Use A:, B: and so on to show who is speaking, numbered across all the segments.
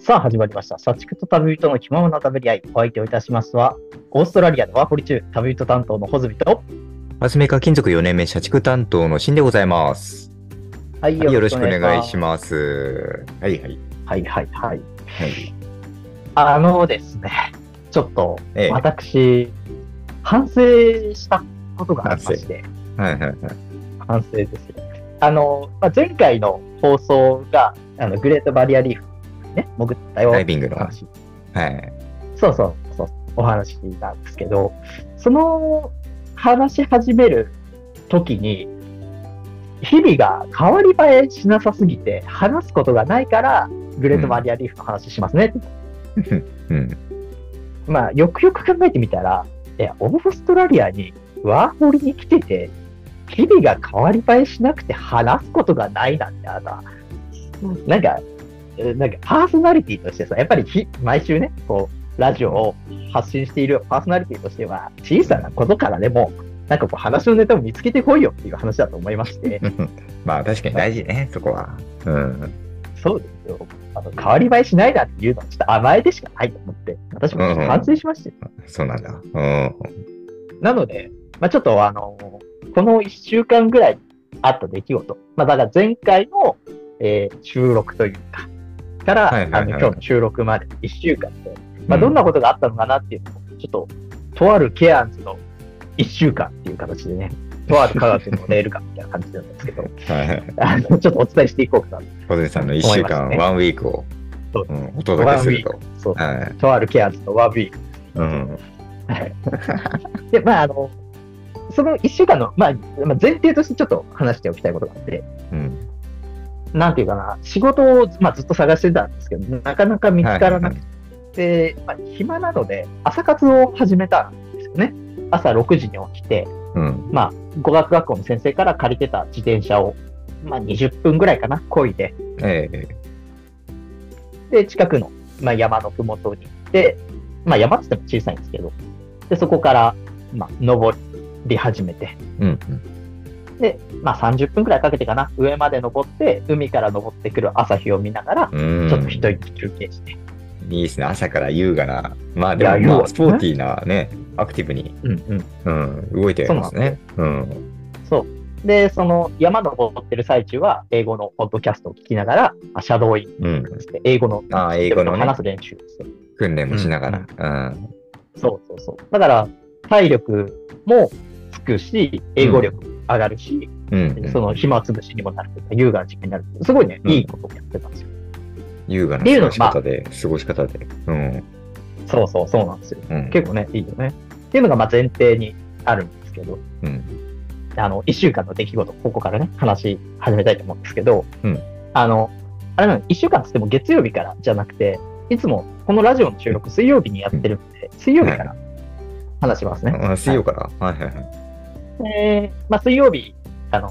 A: さあ始まりました。社畜と旅人の気ままな食べり合い。お相手をいたしますは、オーストラリアでワーホリ中、旅人担当のホズビと、
B: はじめか金属4年目社畜担当のシンでございます。
A: はい
B: はい、よろしくお願いし
A: ま
B: ます。はいはい。
A: す。はいはいはい。
B: はい、
A: あのですね、ちょっと
B: ええ
A: 私、反省したことがありまして、
B: はいはいはい。
A: 反省ですよ。あの、まあ、前回の放送が、あのグレートバリアリーフにね、潜ったよ
B: ダイビングの
A: 話
B: 話。はい。
A: そうそうそう、お話なんですけど、その話し始める時に、日々が変わり映えしなさすぎて、話すことがないから、グレートバリアリーフの話しますね。
B: うん。
A: まあ、よくよく考えてみたら、いやオーストラリアにワーホリに来てて、日々が変わり映えしなくて話すことがないなんて、あな、なんか、えなんかパーソナリティとしてさ、やっぱりひ毎週ね、こう、ラジオを発信しているパーソナリティとしては、小さなことからでも、なんかこう話のネタを見つけてこいよっていう話だと思いまして、
B: まあ確かに大事ね、そこは。うん。
A: そうですよ。あの変わり映えしないなんていうのはちょっと甘えでしかないと思って、私もちょっと反省しまして、
B: そうなんだ。うん。
A: なので、まあ、ちょっとあの、この1週間ぐらいあった出来事、まあ、だから前回の、えー収録というか、から、
B: はいはいはい
A: あの今日の収録まで1週間で、まあ、どんなことがあったのかなっていうのを、ちょっと、とあるケアンズの1週間っていう形でね、とある科学のレールかみたいな感じなんですけど、
B: と はいはい。
A: あのちょっとお伝えしていこうかな
B: 小泉さんの1週間、
A: 思いますね
B: ワンウィークを、
A: そう
B: うんお届けすると。
A: そう
B: はい。
A: とあるケアンズのワービー
B: うん。
A: で、まあ、あの、その1週間の、まあ、まあ前提としてちょっと話しておきたいことがあって、
B: うん。
A: なんていうかな、仕事を、まあ、ずっと探してたんですけど、なかなか見つからなくて、まあ、暇なので、朝活を始めたんですよね。朝6時に起きて、
B: うん。
A: まあ、語学学校の先生から借りてた自転車を、まあ、20分ぐらいかな、漕いで、
B: ええ
A: で、近くの、まあ、山のふもとに行って、まあ、山って言っても小さいんですけど、で、そこから、まあ、登り始めて、
B: うん。
A: で、まあ、30分ぐらいかけてかな、上まで登って、海から登ってくる朝日を見ながら、
B: うん。
A: ちょっと一息休憩して、
B: いいですね。朝から優雅な。まあ
A: い
B: で
A: や優
B: も、
A: 雅
B: ま
A: で
B: あ、
A: す
B: ス
A: ね
B: ポーティーなね、アクティブに、
A: うんうん、
B: うん、動いてますね。うん。
A: で、その山登ってる最中は、英語のポッドキャストを聞きながら、あシャドーイン
B: うん。
A: グして、英語の
B: ああ、英語のね、
A: 話す練習をする。
B: 訓練もしながら。うん。
A: そうそうそう。だから、体力もつくし、英語力も上がるし、
B: うん。
A: その暇つぶしにもなるというか、優雅な時間になるというかすごいね、
B: うん
A: いいことをやってたんですよ。
B: 優雅な
A: っていう
B: 過
A: の
B: ごし方で、過ごし方で。うん。
A: そうそうそうなんですよ。
B: うん。
A: 結構ね、いいよね。っていうのがまあ前提にあるんですけど、
B: うん。
A: あの、一週間の出来事、ここからね、話し始めたいと思うんですけど、
B: うん
A: あの、あれなの、一週間つっても月曜日からじゃなくて、いつもこのラジオの収録、水曜日にやってるんで、水曜日から話しますね。
B: あ水曜から。はいはいはい。
A: でまあ、水曜日、あの、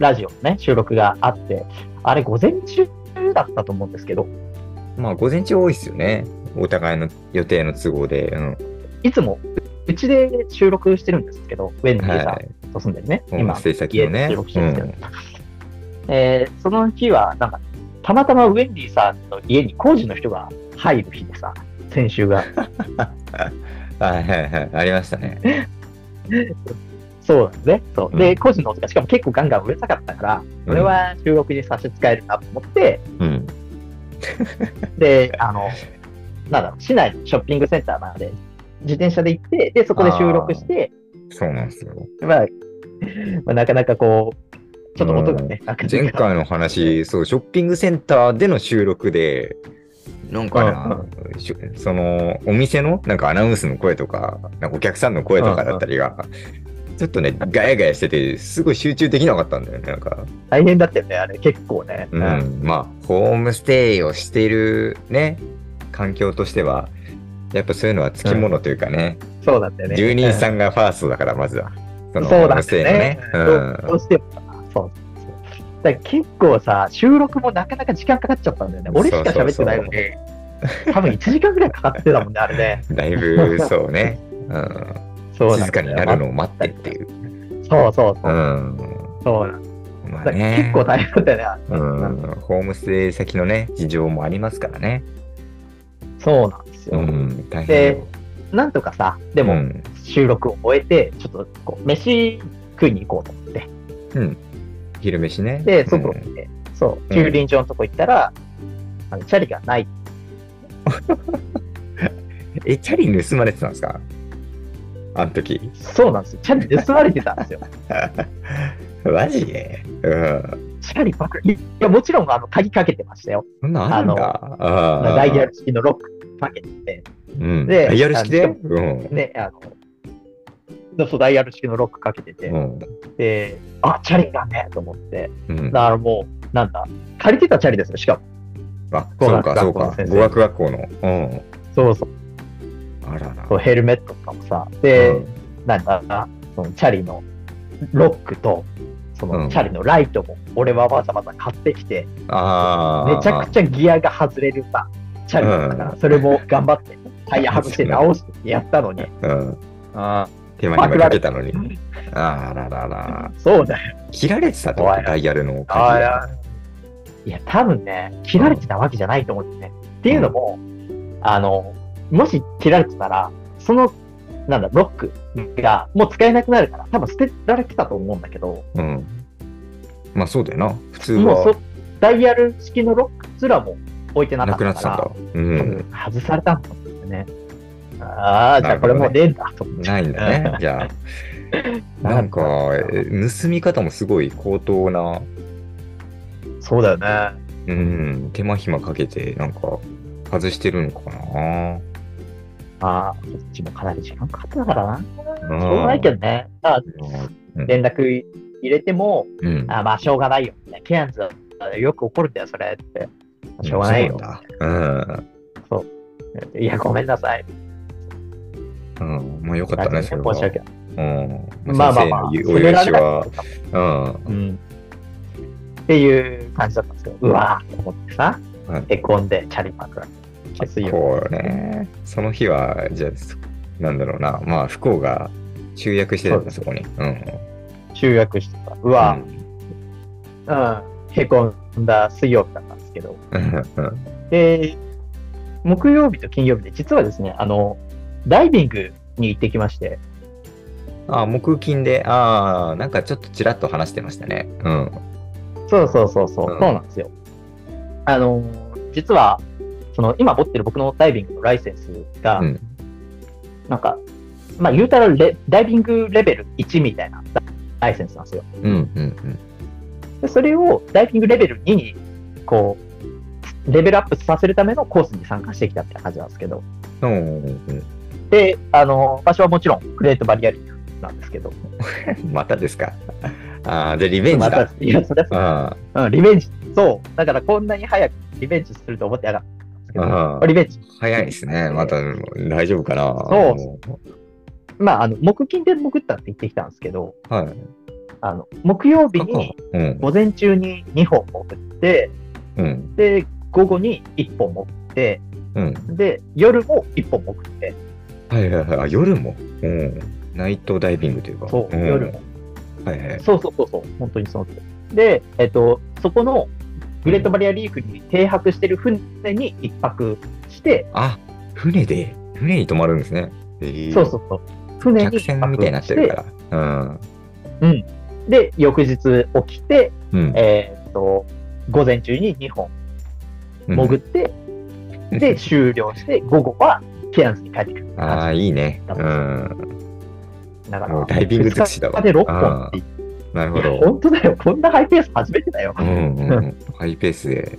A: ラジオのね、収録があって、あれ、午前中だったと思うんですけど、
B: まあ、午前中多いですよね。お互いの予定の都合で。うん。
A: いつもうちで収録してるんですけど、ウェンディーさ
B: い。
A: んと住んでるね、
B: 今、
A: 今、
B: 制作の
A: 家
B: ね
A: で収。録してるんですけど、えーその日は、なんか、たまたまウェンディさんの家に工事の人が入る日でさ、先週 が。
B: うんはいはいはい。ありましたね。
A: そうなんですね。そう。
B: う
A: で、
B: ん
A: 工事の音がしかも結構ガンガンうるさかったから、これは収録に差し支えるなと思って、
B: うん。
A: で、あの、なんだろう、市内のショッピングセンターまで自転車で行って、で、そこで収録して、
B: うん。そうなんですよ。
A: まあ、まあ、なかなかこう、ちょっと音がね、なかなか
B: 前回の話、そう、ショッピングセンターでの収録で、なんかな、しゅその、お店の、なんかアナウンスの声とか、なんかお客さんの声とかだったりが、ちょっとね、ガヤガヤしてて、すごい集中できなかったんだよね、なんか。
A: 大変だったよね、あれ、結構ね。
B: うん。まあ、ホームステイをしているね、環境としては、やっぱそういうのはつきものというかね、
A: そうだったよね。
B: 住人
A: う
B: さんがファーストだから、まずは。その
A: そ
B: ホ
A: う
B: ー
A: だ
B: ム
A: っ
B: ステ
A: た
B: イ
A: ね
B: のね。。
A: どどうしてもかなそうそうだから結構さ、収録もなかなか時間かかっちゃったんだよね。俺しか喋ってないのに、 多分1時間ぐらいかかってたもんね、あれね。
B: うん。だいぶ、そうね。うん。
A: そうなん
B: 静
A: だ
B: か
A: よ
B: になるのを待ってっていう。
A: そうそう
B: う
A: そう。
B: ん。
A: そうなん
B: ま
A: だだ
B: あ
A: から
B: ね
A: 結。構大変だったよね。
B: うん。ホームステイ先のね、事情もありますからね。
A: そうなんですよ。
B: うん、大変よ。
A: なんとかさ、で
B: う
A: も
B: ん
A: 収録を終えて、ちょっとこう飯食いに行こうと思って、
B: 昼飯ね。
A: で、
B: うん
A: 外で、そう、駐輪場のとこ行ったら、あのチャリがない。
B: え、チャリ盗まれてたんですかあの時。
A: そうなんですよ。チャリ盗まれてたんですよ。
B: マジでうん。
A: チャリパクリ。いや、もちろんあの鍵かけてましたよ。
B: そんなんあるんだ。あー
A: ダイヤル式のロックかけてて、
B: うん。
A: で
B: ダイヤル式で
A: あの
B: うん。
A: で、あの、そう、ダイヤル式のロックかけてて
B: う、ん。
A: で、あ、チャリがねと思って、
B: うん
A: だからもう、なんだ、借りてたチャリですよ、しかも。
B: あ、そうか、そう
A: 語学学校
B: か
A: の。先生
B: 語学学校の。うん。
A: そうそう
B: あらら
A: そう、。ヘルメットとかもさ、で、
B: うん
A: なんだそのチャリのロックと、そ
B: うん
A: のチャリのライトも、俺はわざわざ買ってきて、
B: ああ。
A: めちゃくちゃギアが外れるさ、チャリだったから、
B: うん
A: それも頑張って、タイヤ外して直してやったのに、
B: うん。
A: あ
B: 手間にかけたのに。あららら。
A: そうだよ。
B: 切られてたってこ
A: 怖
B: と
A: い
B: ダイヤルの鍵
A: あいや、多分ね、切られてたわけじゃないと思うんですね。っていうのも、あの、もし切られてたら、その、なんだ、ロックがもう使えなくなるから、多分捨てられてたと思うんだけど、
B: うん。まあそうだよな。普通
A: もう
B: は
A: そダイヤル式のロックすらも置いてなか
B: な
A: っ
B: くな
A: た
B: って
A: か
B: たん
A: ら、
B: だ。うん。
A: 外されたんですよね。ああ、じゃあこれもうねえんだと思って。
B: ないんだね。じゃあ。なんか、え盗み方もすごい高等な、
A: そうだよね。
B: うん、手間暇かけて、なんか、外してるのかな。
A: ああ、こっちもかなり時間かかったからな。
B: う
A: しょうがないけどね。ああ連絡入れても、
B: うん。
A: ああまあしょうがないよ。ケアンズはよく怒るんだよ、それって。しょうがないよ。
B: そうなん
A: いや、ごめんなさい。
B: だ。うん。うん。まあよかったね、それは。
A: 申し訳ない。
B: うん。
A: まあまあまあ、
B: 先生のお許しは、
A: 責められなかった
B: うん。
A: うんっていう感じだったんですけど、うわーと思ってさ、
B: うん
A: へこんでチャリパクられて
B: 結
A: 水曜
B: 構ね、その日は、じゃあ、そなんだろうな、まあ、不幸が集約して
A: そう
B: た、
A: です
B: そこに。うん。
A: 集約してた。う
B: う
A: わ
B: ん
A: ー、うん、へこんだ水曜日だったんですけど、
B: うん
A: で、木曜日と金曜日で、実はですね、あの、ダイビングに行ってきまして、
B: あ、木金で、ああ、なんかちょっとちらっと話してましたね。うん。
A: そうそうそうそう、
B: うん
A: そうなんですよ。あの、実は、その今持ってる僕のダイビングのライセンスが、
B: うん。
A: なんか、まあ言うたらレダイビングレベル1みたいなライセンスなんですよ。
B: うん。うん。
A: でそれをダイビングレベル2に、こう、レベルアップさせるためのコースに参加してきたって感じなんですけど、
B: うん。うん
A: で、あの、場所はもちろんグレートバリアリーフなんですけど、
B: またですか。ああ、じゃあリベンジだ。
A: いや、それは
B: あ
A: そう、うん、リベンジ。そう、だからこんなに早くリベンジすると思ってなかったんですけど、
B: あ、
A: リベンジ。
B: 早いですね。また大丈夫かな。
A: そまあ、あの、木金で潜ったって言ってきたんですけど、
B: う。はい。
A: あの、木曜日
B: か
A: に
B: うん。
A: 午前中に2本潜って、
B: うん。
A: で、午後に1本潜って、
B: うん。
A: で、夜も1本潜って、
B: はいはいはいあ。夜も。うん。ナイトダイビングというか。
A: そう、
B: ん
A: 夜も。
B: はいはい。
A: そうそうそうそう、本当にその通り。で、えっと、そこのグレートバリアリーフに停泊してる船に一泊して、
B: あ、船で、船に泊まるんですね。。
A: そうそううそう、船に
B: 客
A: 一
B: 船
A: 泊
B: みたいになっ
A: して
B: るから。
A: で、翌日起きて、
B: うん。うん。
A: えっと、午前中に2本
B: うん
A: 潜って、 で、終了して、午後はケアンズに帰ってくる。
B: ああ、いいね。う
A: だ
B: ん。
A: だか
B: も
A: ら、
B: うダイビング尽くしだわ
A: 2日で6本ってい
B: なるほ
A: う。
B: ど。
A: 本当だよ、こんなハイペース初めてだよ。
B: うんうんうん。ハイペースで。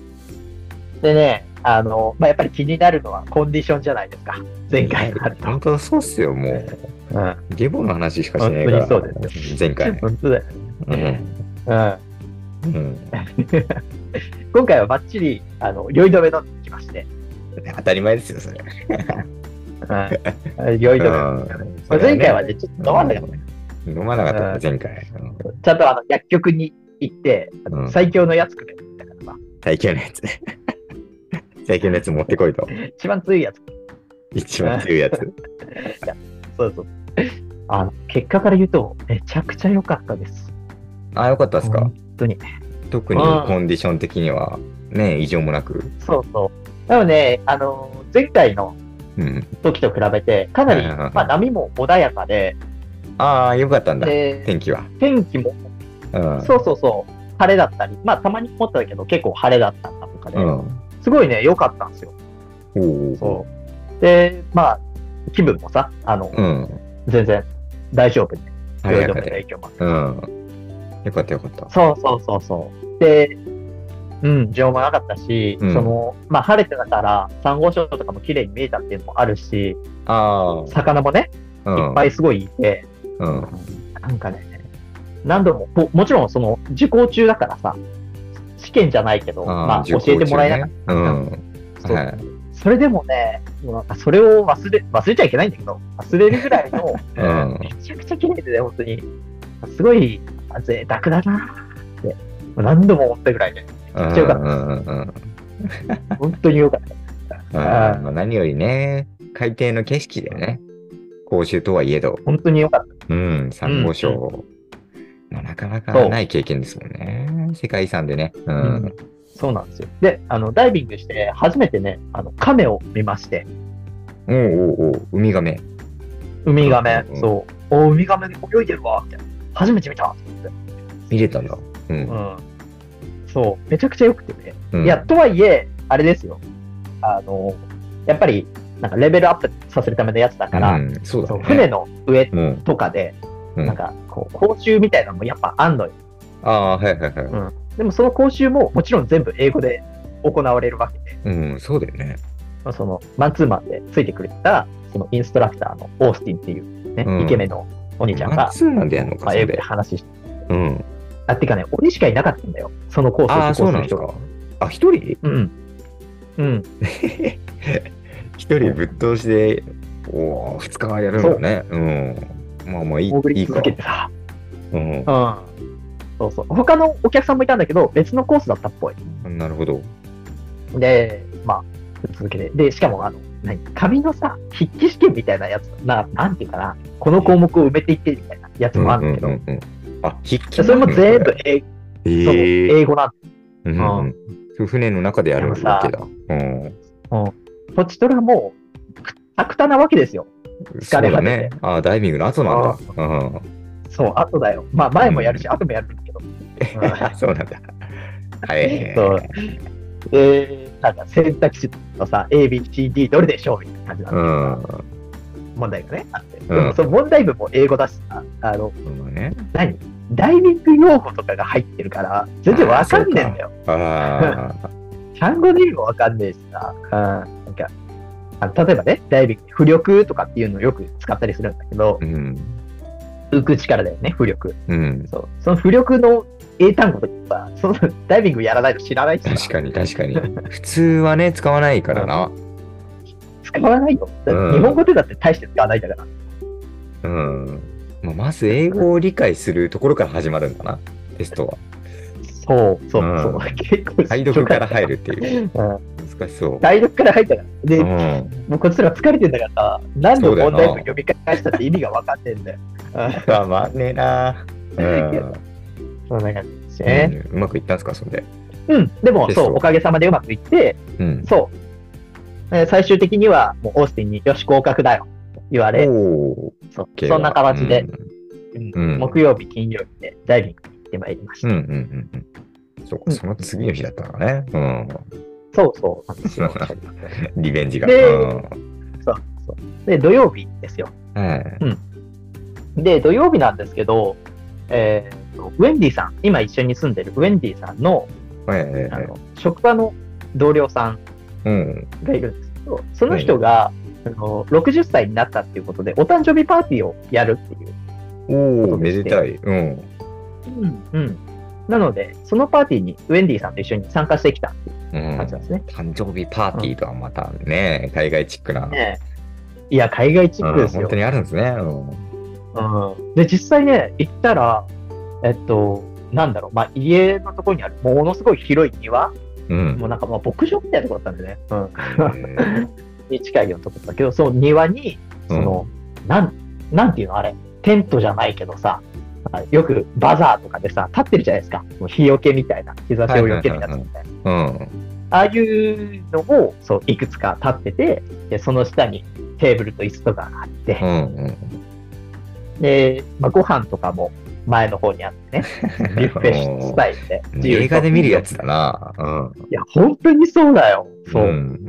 A: でね、あの、まあ、やっぱり気になるのはコンディションじゃないですか。前回のあると。
B: 本当そうっすよ、もう。
A: うん
B: ゲボの話しかしないから。
A: 本当にそうで
B: 前回。
A: 本当だよ。
B: うん。
A: うん。
B: うん。
A: 今回はバッチリ、あの、酔い止め飲んできまして。
B: 当たり前ですよ、それ。
A: はい。酔い止
B: うん
A: め。前回はね、ちょっと飲まなかった。
B: 飲まなかった
A: う
B: ね、
A: ん
B: 前回。うん
A: ちゃんとあの、薬局に行って、あの
B: うん
A: 最強のやつくれって言ったからさ、
B: 最強のやつ。 最強のやつ持ってこいと。
A: 一番強いやつ。
B: 一番強いや つ。
A: そうそう。あの、結果から言うと、めちゃくちゃ良かったです。
B: あ、よかったですか
A: 本。当に。
B: 特に
A: うん
B: コンディション的には、ね、異常もなく。
A: そうそう。でもね、あの、前回の
B: うん。
A: 時と比べて、かなり、
B: うんうんうん
A: まあ、波も穏やかで、
B: ああ、よかったんだ。
A: で、
B: 天気は。
A: 天気も、
B: うん。
A: そうそうそう、晴れだったり、まあ、たまに曇ったけど、結構晴れだったりとかで、
B: うん。
A: すごいね、良かったんですよ。
B: おお。
A: そう。で、まあ、気分もさ、あの、
B: うん。
A: 全然大丈夫で、
B: 晴れや
A: 病
B: か
A: の影
B: で。
A: 響も。
B: うん。よかったよかった。
A: そうそうそうそう。で、うん、情もなかったし、
B: うん
A: その、まあ、晴れてたから、サンゴ礁とかも綺麗に見えたっていうのもあるし、
B: あ
A: 魚もね、
B: あ。
A: いっぱいすごいいて、
B: うん。うん。
A: なんかね、何度も、ももちろんその、受講中だからさ、試験じゃないけど、まあ、教えてもらえなかっ
B: った。うん。
A: た。そう
B: はい。
A: それでもね、もうなんかそれを忘れ、忘れちゃいけないんだけど、忘れるぐらいの、
B: うん
A: めちゃくちゃ綺麗でね、本当に。すごい、あ贅沢だなーって、何度も思ったぐらいね、
B: うん。
A: 強かった
B: うんうんうん。
A: 本当に良かった。
B: うん
A: あー
B: まあ何よりね、海底の景色だよね。公衆とはいえど、
A: 本当に良かった。
B: うん、サンゴ礁、まあなかなかない経験ですもんね。世界遺産でね。うん。
A: うんそうなんですよ。で、あの、ダイビングして、初めてね、あの、亀を見まして、
B: おうおうおう、ウミガメ。
A: ウミガメ
B: うんうん、
A: そう、おウミガメ泳いでるわ、みたいな。初めて見たって思って。
B: 見れたんだ。うん。
A: うん。そう、めちゃくちゃ良くてね。
B: うん、
A: いや、とはいえ、あれですよ。あの、やっぱり、なんかレベルアップさせるためのやつだから、
B: うん、そうだ
A: そう
B: ね。
A: 船の上
B: うん。
A: とかで、
B: うん
A: なんか、こう、講習みたいなのもやっぱあんのよ。
B: ああ、はいはいはい。
A: でもその講習ももちろん全部英語で行われるわけで、
B: うん、そうだよね。
A: まあその、マンツーマンでついてくれた、そのインストラクターのオースティンっていう、ね
B: うん
A: イケメンのお兄ちゃん
B: マン
A: が、
B: ツーマンでやんのか、
A: まあ、
B: そ
A: 英
B: れ
A: 語で
B: で。
A: 話して、
B: うん。
A: あ、ってかね、俺しかいなかったんだよ。そのコース
B: ああ、
A: コー
B: そう
A: ス
B: なんですか。あ、一人
A: うんうん。うん。
B: 一人ぶっ通しで、おお、二日はやるんだね。うん。まあまあ、いい
A: 潜
B: い
A: り
B: い
A: 続
B: か。
A: けてさ。
B: うん
A: うん。そうそう。他のお客さんもいたんだけど、別のコースだったっぽい。
B: なるほど。
A: で、まあ、続けて。で、しかも、あの、何紙のさ、筆記試験みたいなやつ、ななんていうかな、この項目を埋めていってみたいなやつもあるんだけど、
B: うんうんうん、あ、筆記
A: でそれも全部英語、そう
B: ええ
A: 英語なん
B: うんうんそう船の中でやるわけだ。うん。
A: ポチトラも、くたくたなわけですよ。
B: そ
A: 疲
B: う
A: れ
B: だ
A: 果て
B: ね
A: て。
B: あダイビングの後なんだ。
A: そう、後だよ。まあ、前もやるし、
B: うん
A: 後もやるんだけど。
B: うん。そうなんだ。はい。
A: そう。えー、なんか選択肢のさ、A、B、C、D どれでしょうみたいな感じな
B: うん。
A: の、
B: ま
A: 問題がね、あって。で
B: ん
A: もその問題文も英語だしさ、あの、
B: あね。
A: 何ダイビング用語とかが入ってるから、全然わかんねえんだよ。
B: ああ。
A: 単語でもわかんねえしさ、うん、なんか、あの例えばね、ダイビング、浮力とかっていうのをよく使ったりするんだけど
B: う、ん。
A: 浮く力だよね、浮力。
B: うん。
A: そう。その浮力の英単語とかさ、そのダイビングやらないと知らないし
B: 確
A: さ、
B: かに確かに。普通はね、使わないからな。
A: 使わないよ。だって
B: うん
A: 日本語でだって大して使わないんだから。
B: うん。まあ、まず英語を理解するところから始まるんだな、テストは。
A: そうそう
B: うん
A: そう。結構
B: 解読から入るっていう。
A: うん
B: 難しそう。
A: 解読から入ったから。で、
B: う
A: も
B: ん。
A: うこっちら疲れてんだからさ、何度
B: そうだよ
A: 問
B: な
A: 題文読み返したって意味が分かってんだよ。
B: たまんねえな。うん
A: そんな感じです
B: う
A: ね。
B: んうまくいったんですか、そんで。
A: うん。でも、
B: テスト
A: そう、おかげさまでうまくいって、
B: うん。
A: そう。えー最終的には、もうオースティンに、よし、合格だよ。言われ、
B: お
A: そう
B: ー
A: そんな形で、。
B: うん
A: うん木曜日、金曜日でダイビングに行ってまいりまし
B: う
A: た。
B: んうんうんうんうん。そうか、その次の日だったのね。
A: そうそうなんですよ。
B: うん。リベンジが。
A: で
B: うん
A: そうそう。で、土曜日ですよ。
B: はい
A: で、土曜日なんですけど、えーとウェンディさん、今一緒に住んでるウェンディさんの
B: はいはい
A: あ
B: はい。
A: の職場の同僚さん
B: うん。
A: がいるんですけど、その人が、あの60歳になったっていうことで、お誕生日パーティーをやるっていう。
B: おお、めでたい。うん。
A: うんなので、そのパーティーにウェンディさんと一緒に参加してきたっていう
B: うん
A: 感じなんですね。
B: 誕生日パーティーとはまたね、海外チックな。
A: ねえいや、海外チ
B: う
A: ック
B: ん
A: です
B: 本
A: よ
B: 当。にあるんですね。
A: うん、で、実際ね、行ったら、えっと、なんだろう、まあ、家のところにある、ものすごい広い庭
B: うん。うん
A: もうなんかまあ牧場みたいなとこだったんでね、
B: へ
A: に近いようなとこだけど、その庭に、その、なん、なんていうのあれ、テントじゃないけどさ、あよくバザーとかでさ、立ってるじゃないですか、もう日よけみたいな、日差しをよけるやつみたいな。
B: ーうん。
A: ああいうのも、そう、いくつか立ってて、で、その下にテーブルと椅子とかがあって、
B: うんうん。。
A: で、まあ、ご飯とかも前の方にあってね、ビュッフェスタイルで
B: 映画で見るやつだな。うん。
A: いや、本当にそうだよ。そう。
B: ん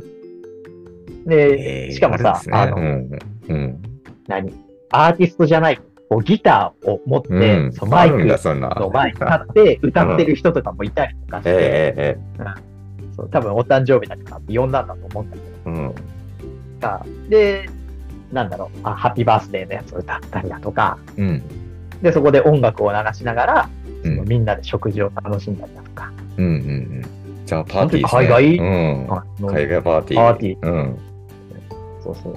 A: で、しかもさ、あ
B: ある
A: の、
B: んですねうん。うん。
A: 何アーティストじゃない、こうギターを持って、
B: うん
A: そうマイ
B: あるんだ、
A: ク
B: そんな。
A: の前に立って歌ってる人とかもいたりとかして、
B: えええ
A: そう多分お誕生日だからって呼んだんだと思うんだけど
B: えうん。
A: さ、で、なんだろうあ、ハッピーバースデーのやつを歌ったりだとか、
B: うん。
A: で、そこで音楽を流しながら、
B: う
A: そ
B: ん
A: のみんなで食事を楽しんだりだとか、
B: うんうんうん。じゃあ、パーティーです
A: 本
B: ね。
A: 当に海
B: うん。
A: あの
B: 海外パーティー。
A: パーティ
B: ー。うん。
A: そうそう。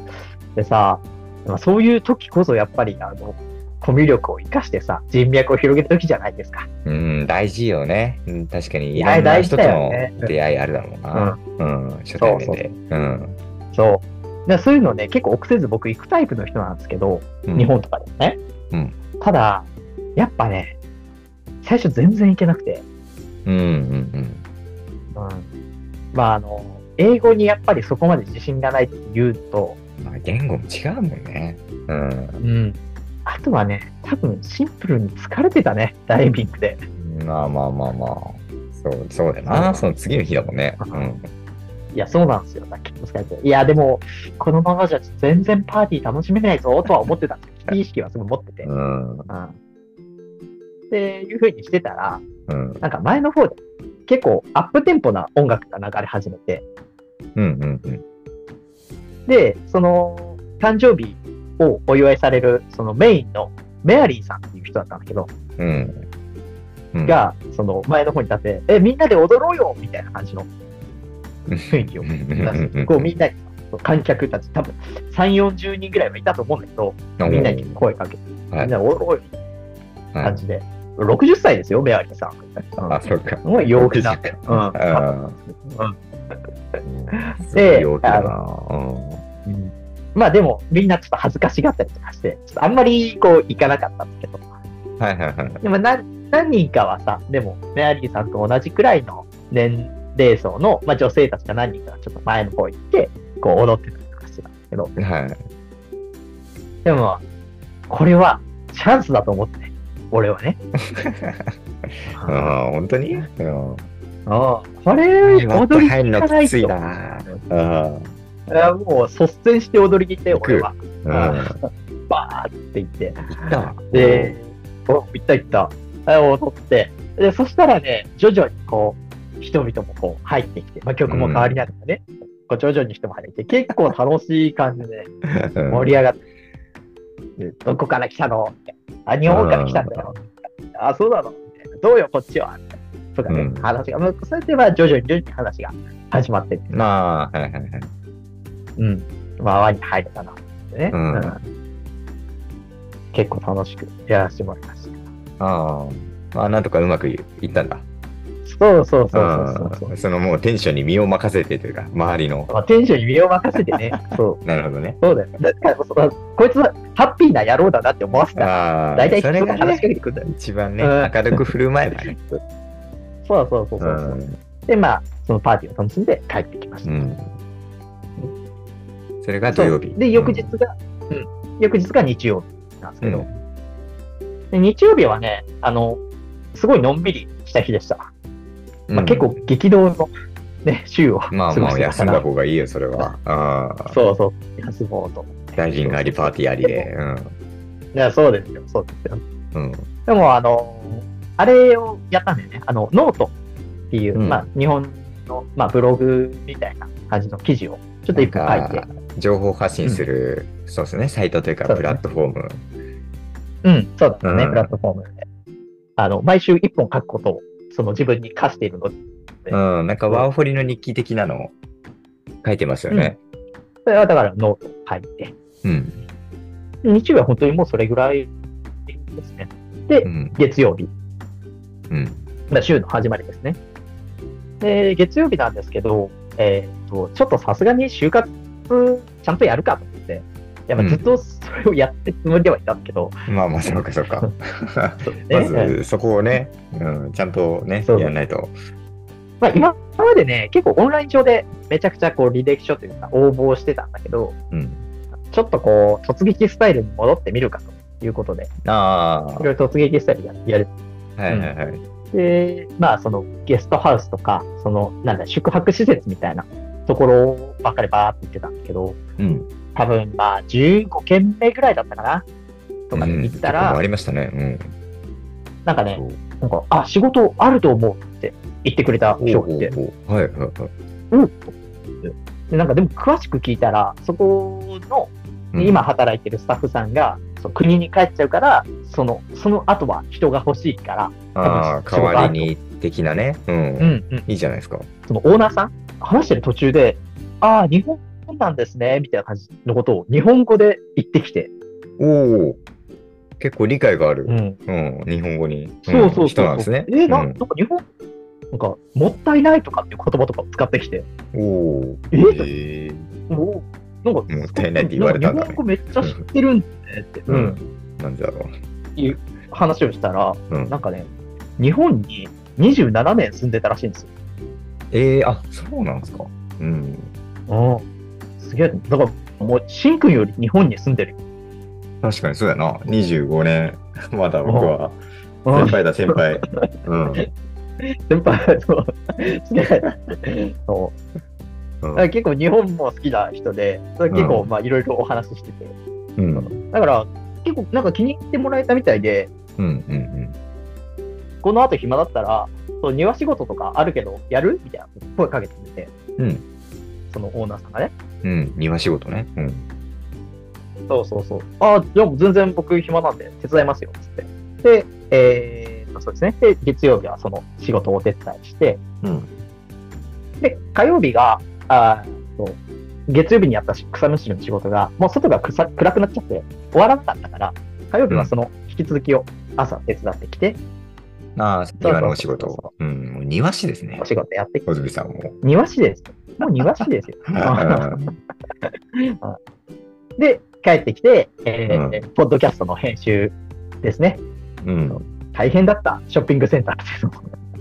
A: でさ、まあそういう時こそやっぱり、あの、コミュ力を生かしてさ、人脈を広げる時じゃないですか。
B: うん、大事よね。うん確かに、
A: い
B: い
A: や
B: ろんな人との
A: 大事だよね
B: 出会いあるだろうな。うん。初対面で。うん。
A: そう。でそういうのね、結構臆せず僕行くタイプの人なんですけど、
B: うん
A: 日。本とかでもね。
B: うん
A: ただ、やっぱね、最初全然行けなくて、
B: うんうん
A: うん、まああの、英語にやっぱりそこまで自信がないって言うと、
B: うん。まあ、言語も違うもんね。うん。
A: あとはね、多分シンプルに疲れてたね、ダイビングで。
B: まあまあまあまあ。そう、そうだな。その次の日だもんね。うん。
A: いや、そうなんですよ。結構疲れて。いや、でも、このままじゃ全然パーティー楽しめないぞとは思ってたんですよ。危機意識はすごい持ってて。うん。
B: うん。
A: っていう風にしてたら、
B: うん。
A: なんか前の方で結構アップテンポな音楽が流れ始めて、
B: うんうんうん。
A: で、その誕生日をお祝いされるそのメインのメアリーさんっていう人だったんだけど、
B: うん。うん、
A: がその前の方に立って、え、みんなで踊ろうよみたいな感じの雰囲気を出して、こうみんなに、観客たち、多分3、40人ぐらいはいたと思うんだけど、みんなに声かけて、みんなで踊ろうよみたいな感じで、60歳ですよ、メアリーさん。
B: あ、そうか。
A: すごい陽気 な。
B: うん。
A: で
B: 陽気だな。
A: うんまあでも、みんなちょっと恥ずかしがったりとかして、ちょっとあんまりこう、行かなかったんだけど、
B: うんはいはいはい。
A: でも何何人かはさ、でも、メアリーさんと同じくらいの年齢層の、まあ、女性たちが何人かがちょっと前の方行って、こう踊ってたりとかしてたんだけど、
B: はい。
A: でも、これはチャンスだと思って、俺はね。
B: うん、本当にうん。
A: ああこれ、踊り
B: 入る
A: に行
B: の
A: かな
B: き
A: いと
B: ついな。うん。
A: いやもう率先して踊りに行って、
B: 行く
A: 俺は。
B: うん。行
A: バーって行って。
B: ったわ。
A: で、お行った行った。あ踊って。で、そしたらね、徐々にこう、人々もこう入ってきて、まあ、曲も変わりながらね、こう徐々に人も入ってきて、結構楽しい感じで
B: うん、
A: 盛り上がって、でどこから来たのみたいなあ、日本から来たんだよ。あ、そうなのみたいなどうよ、こっちはみたいなとかね、
B: うん
A: 話が、まあ、そうやってまあ徐々に徐々に話が始まってって、
B: まあ、はいはいはい。
A: うん、まあ、輪に入れたなってね、
B: うん
A: 結構楽しくやらせてもらいました。
B: ああ。まあ、なんとかうまくいったんだ。
A: そうそうそうそうそうそう。
B: ん。そのもうテンションに身を任せてというか、周りの。
A: まあ、テンションに身を任せてね。 そう。
B: なるほどね。
A: そうだよ。だからこそ、こいつはハッピーな野郎だなって思わせたら、
B: ああ。
A: 大体
B: それ
A: 人が
B: が
A: 話し
B: ね
A: かけてくるんだよ。
B: 一番ね、
A: うん
B: 明るく振る舞えばね。
A: そうそうそう
B: う
A: そうそう、
B: ん。
A: で、まあ、そのパーティーを楽しんで帰ってきまし
B: う
A: た。
B: ん。それが土曜日
A: そ。うで、翌日が、うん、翌日が日曜日なんです
B: う
A: け
B: ん。
A: ど、で日曜日はね、あの、すごいのんびりした日でした。
B: うん
A: まあ、結構、激動の、ね、週を過ご
B: まあ
A: して
B: まあ、
A: た
B: 休
A: か
B: ん
A: ら、
B: だ方がいいよ、それは。ああ。
A: そうそう、休もうと思って。
B: 大臣があり、パーティーありで。
A: いやそうですよ、そうですよ。
B: うん。うん。
A: でも、あの、あれをやったんだよね。あの、ノートっていう、
B: うん
A: まあ、日本の、まあ、ブログみたいな感じの記事を、ちょっと一個書いて
B: な、んか情報発信する、そうですね、サイトというか、
A: そう
B: プ
A: だね
B: ラットフォーム。
A: うん、そうだね、
B: うん
A: プラットフォームで。あの、毎週一本書くことを、その自分に課しているので、
B: うん。なんか、ワーホリの日記的なの書いてますよね。
A: それはだからノートを書いて、
B: うん。
A: 日曜日は本当にもうそれぐらいですね。で
B: う、ん。
A: 月曜日、
B: うん。
A: まあ、週の始まりですね。で、月曜日なんですけど、えーっと、ちょっとさすがに就活ちゃんとやるかと思って、いやま
B: う
A: あ
B: ん
A: ずっとそれをやってるつもりではいたんだけど、
B: まあまあ、そうか、そうか。
A: そうね
B: まず、そこをね、うん、ちゃんとね、
A: そう
B: やらないと。
A: まあ、今までね、結構オンライン上でめちゃくちゃこう履歴書というか応募をしてたんだけど、
B: うん。
A: ちょっとこう突撃スタイルに戻ってみるかということで、
B: あ
A: いろいろ突撃スタイルややる。
B: あ、はいはいはい。
A: で、まあそのゲストハウスとか、そのなんだ、宿泊施設みたいなところばっかりバーって行ってたんだけど、
B: うん。
A: 多分まあ15件目ぐらいだったかなとかで行ったら、
B: ありましたね。
A: なんか
B: うん。
A: ね、なんか、あ、仕事あると思うって言ってくれた人がいて、
B: ほうほうほうはいはいは
A: う
B: い。
A: んと思ってでなんかでも詳しく聞いたら、そこの
B: うん
A: 今、働いてるスタッフさんが、そう国に帰っちゃうから、その、その後は人が欲しいから、
B: ああ、代わりに的なね。うん。
A: うん
B: いいじゃないですか。
A: そのオーナーさん、話してる途中で、ああ、日本なんですね、みたいな感じのことを日本語で言ってきて、
B: おお。結構理解がある。
A: ん、
B: うん。日本語に。ん
A: そうそうそう
B: 人なんですね。
A: えな
B: う
A: な
B: ん
A: んか日本、なんか、もったいないとかっていう言葉とか使ってきて、
B: おお。
A: え
B: え
A: もう、なんか、
B: もったいないって言われたんだ
A: 日本
B: ね
A: 語めっちゃ知ってるんだねって、
B: う
A: うん
B: ん。なんでだろう。
A: 話をしたら、
B: うん
A: なんかね、日本に27年住んでたらしいんですよ。
B: ええあ、そうなんですか。うん。
A: すげえ、だから、もう、しんくんより日本に住んでるよ。
B: 確かにそうやな。25年、 まだ僕は。
A: うん
B: 先輩だ、先 輩。うん。
A: 先輩、そう、すげえ。そう
B: う
A: だ
B: ん
A: から結構日本も好きな人で、それ結構、
B: うん
A: まあ、いろいろお話ししてて、
B: うん。
A: だから、結構、なんか気に入ってもらえたみたいで、
B: うん。うん。
A: この後暇だったら、そう庭仕事とかあるけど、やるみたいな声かけてくれて、
B: うん
A: そのオーナーさんがね。
B: うん。うん。庭仕事ね。うん。
A: そうそうそう。ああ、じゃあもう全然僕暇なんで手伝いますよ、つって。で、えーと、そうですね。で、月曜日はその仕事をお手伝いして、
B: うん。
A: で、火曜日が、あーそう月曜日にやったし草むしりの仕事が、もう外が草暗くなっちゃって、終わらなかったから、火曜日はその引き続きを朝手伝ってきて、
B: ああ、庭のお仕事
A: そうそ
B: を。うん。もう庭師ですね
A: お。仕事やってきて、
B: 小泉さんも。。
A: 庭師ですよ。もう庭師ですよ
B: あー
A: で、帰ってきて、えー
B: う
A: ポッドキャストの編集ですね。
B: うん。
A: 大変だった。ショッピングセンター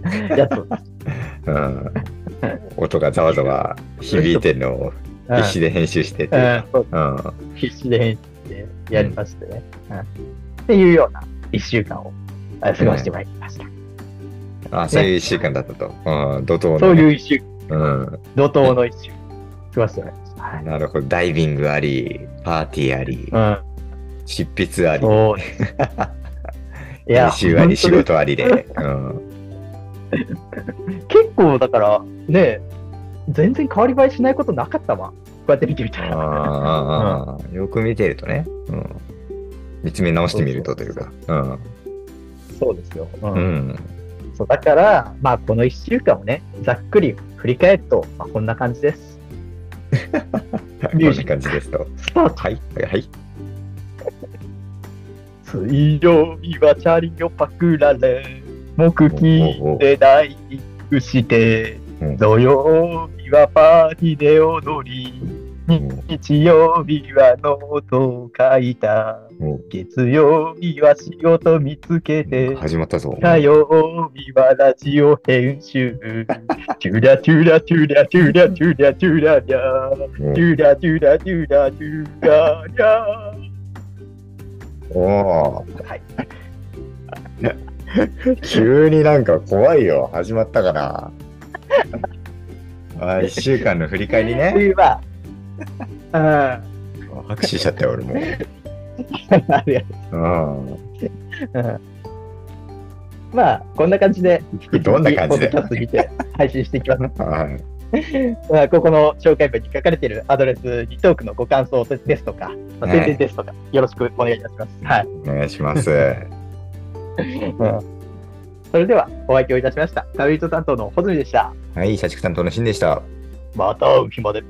A: っていうの やつ を。
B: うん。音がざわざわ響いてるのを
A: うん
B: 必死で編集して
A: う
B: て。
A: んそう
B: うん。
A: 必死で編集してやりましてね、うんっていうような1週間をあ過ごしてまいりました。
B: あそういう一週間だったと。うん。怒涛
A: そ
B: の
A: う
B: ね。
A: いう一週、
B: うん。
A: 怒涛の1週間過ごしてまいりました。はい
B: なるほど。ダイビングあり、パーティーあり、執筆あ
A: うん、
B: り、
A: そうです。い や、
B: 編集あり、仕
A: 本当に
B: 事ありで。うん。
A: 結構だから、ね、全然変わり映えしないことなかったわ。こうやって見てみたら。
B: ああ、よく見てるとね。うん。見つめ直してみるとというか。
A: そうですよ。うん
B: うん。うん。
A: そうだから、まあ、この1週間をね、ざっくり振り返ると、まあ、こんな感じです。
B: こんな感じですと。
A: スタート
B: はい。はい。はい
A: 水曜日はチャリをパクられ、木金で大イクして
B: うん、
A: 土曜日はパーティーで踊り、
B: うん
A: 日曜日はノートを書いた
B: うん、
A: 月曜日は仕事見つけて、
B: 始まったぞ。
A: 火曜日はラジオ編集、チュラチュラチュラチュラチュラチュラチュラ。
B: うん
A: チュラチュラチュラチュラチャ
B: おお。
A: はい。
B: 急になんか怖いよ。始まったから。 あー一週間の振り返 りね。
A: 冬は、あ
B: 拍手しちゃったよ、俺も。
A: ありがと
B: う
A: ううんまあ、こんな感じで、
B: ん。どんな感じで
A: ポッドキャスト見て配信していきます。
B: はい。
A: まあここの紹介文に書かれているアドレス、リトークのご感想ですとか、まあ
B: ね
A: 宣伝ですとか、よろしくお願いいたします。はい。
B: お願い します。
A: それでは、お相手をいたしました。旅人担当の穂積でした。
B: はい、社畜担当のシンでした。
A: また会う日まで。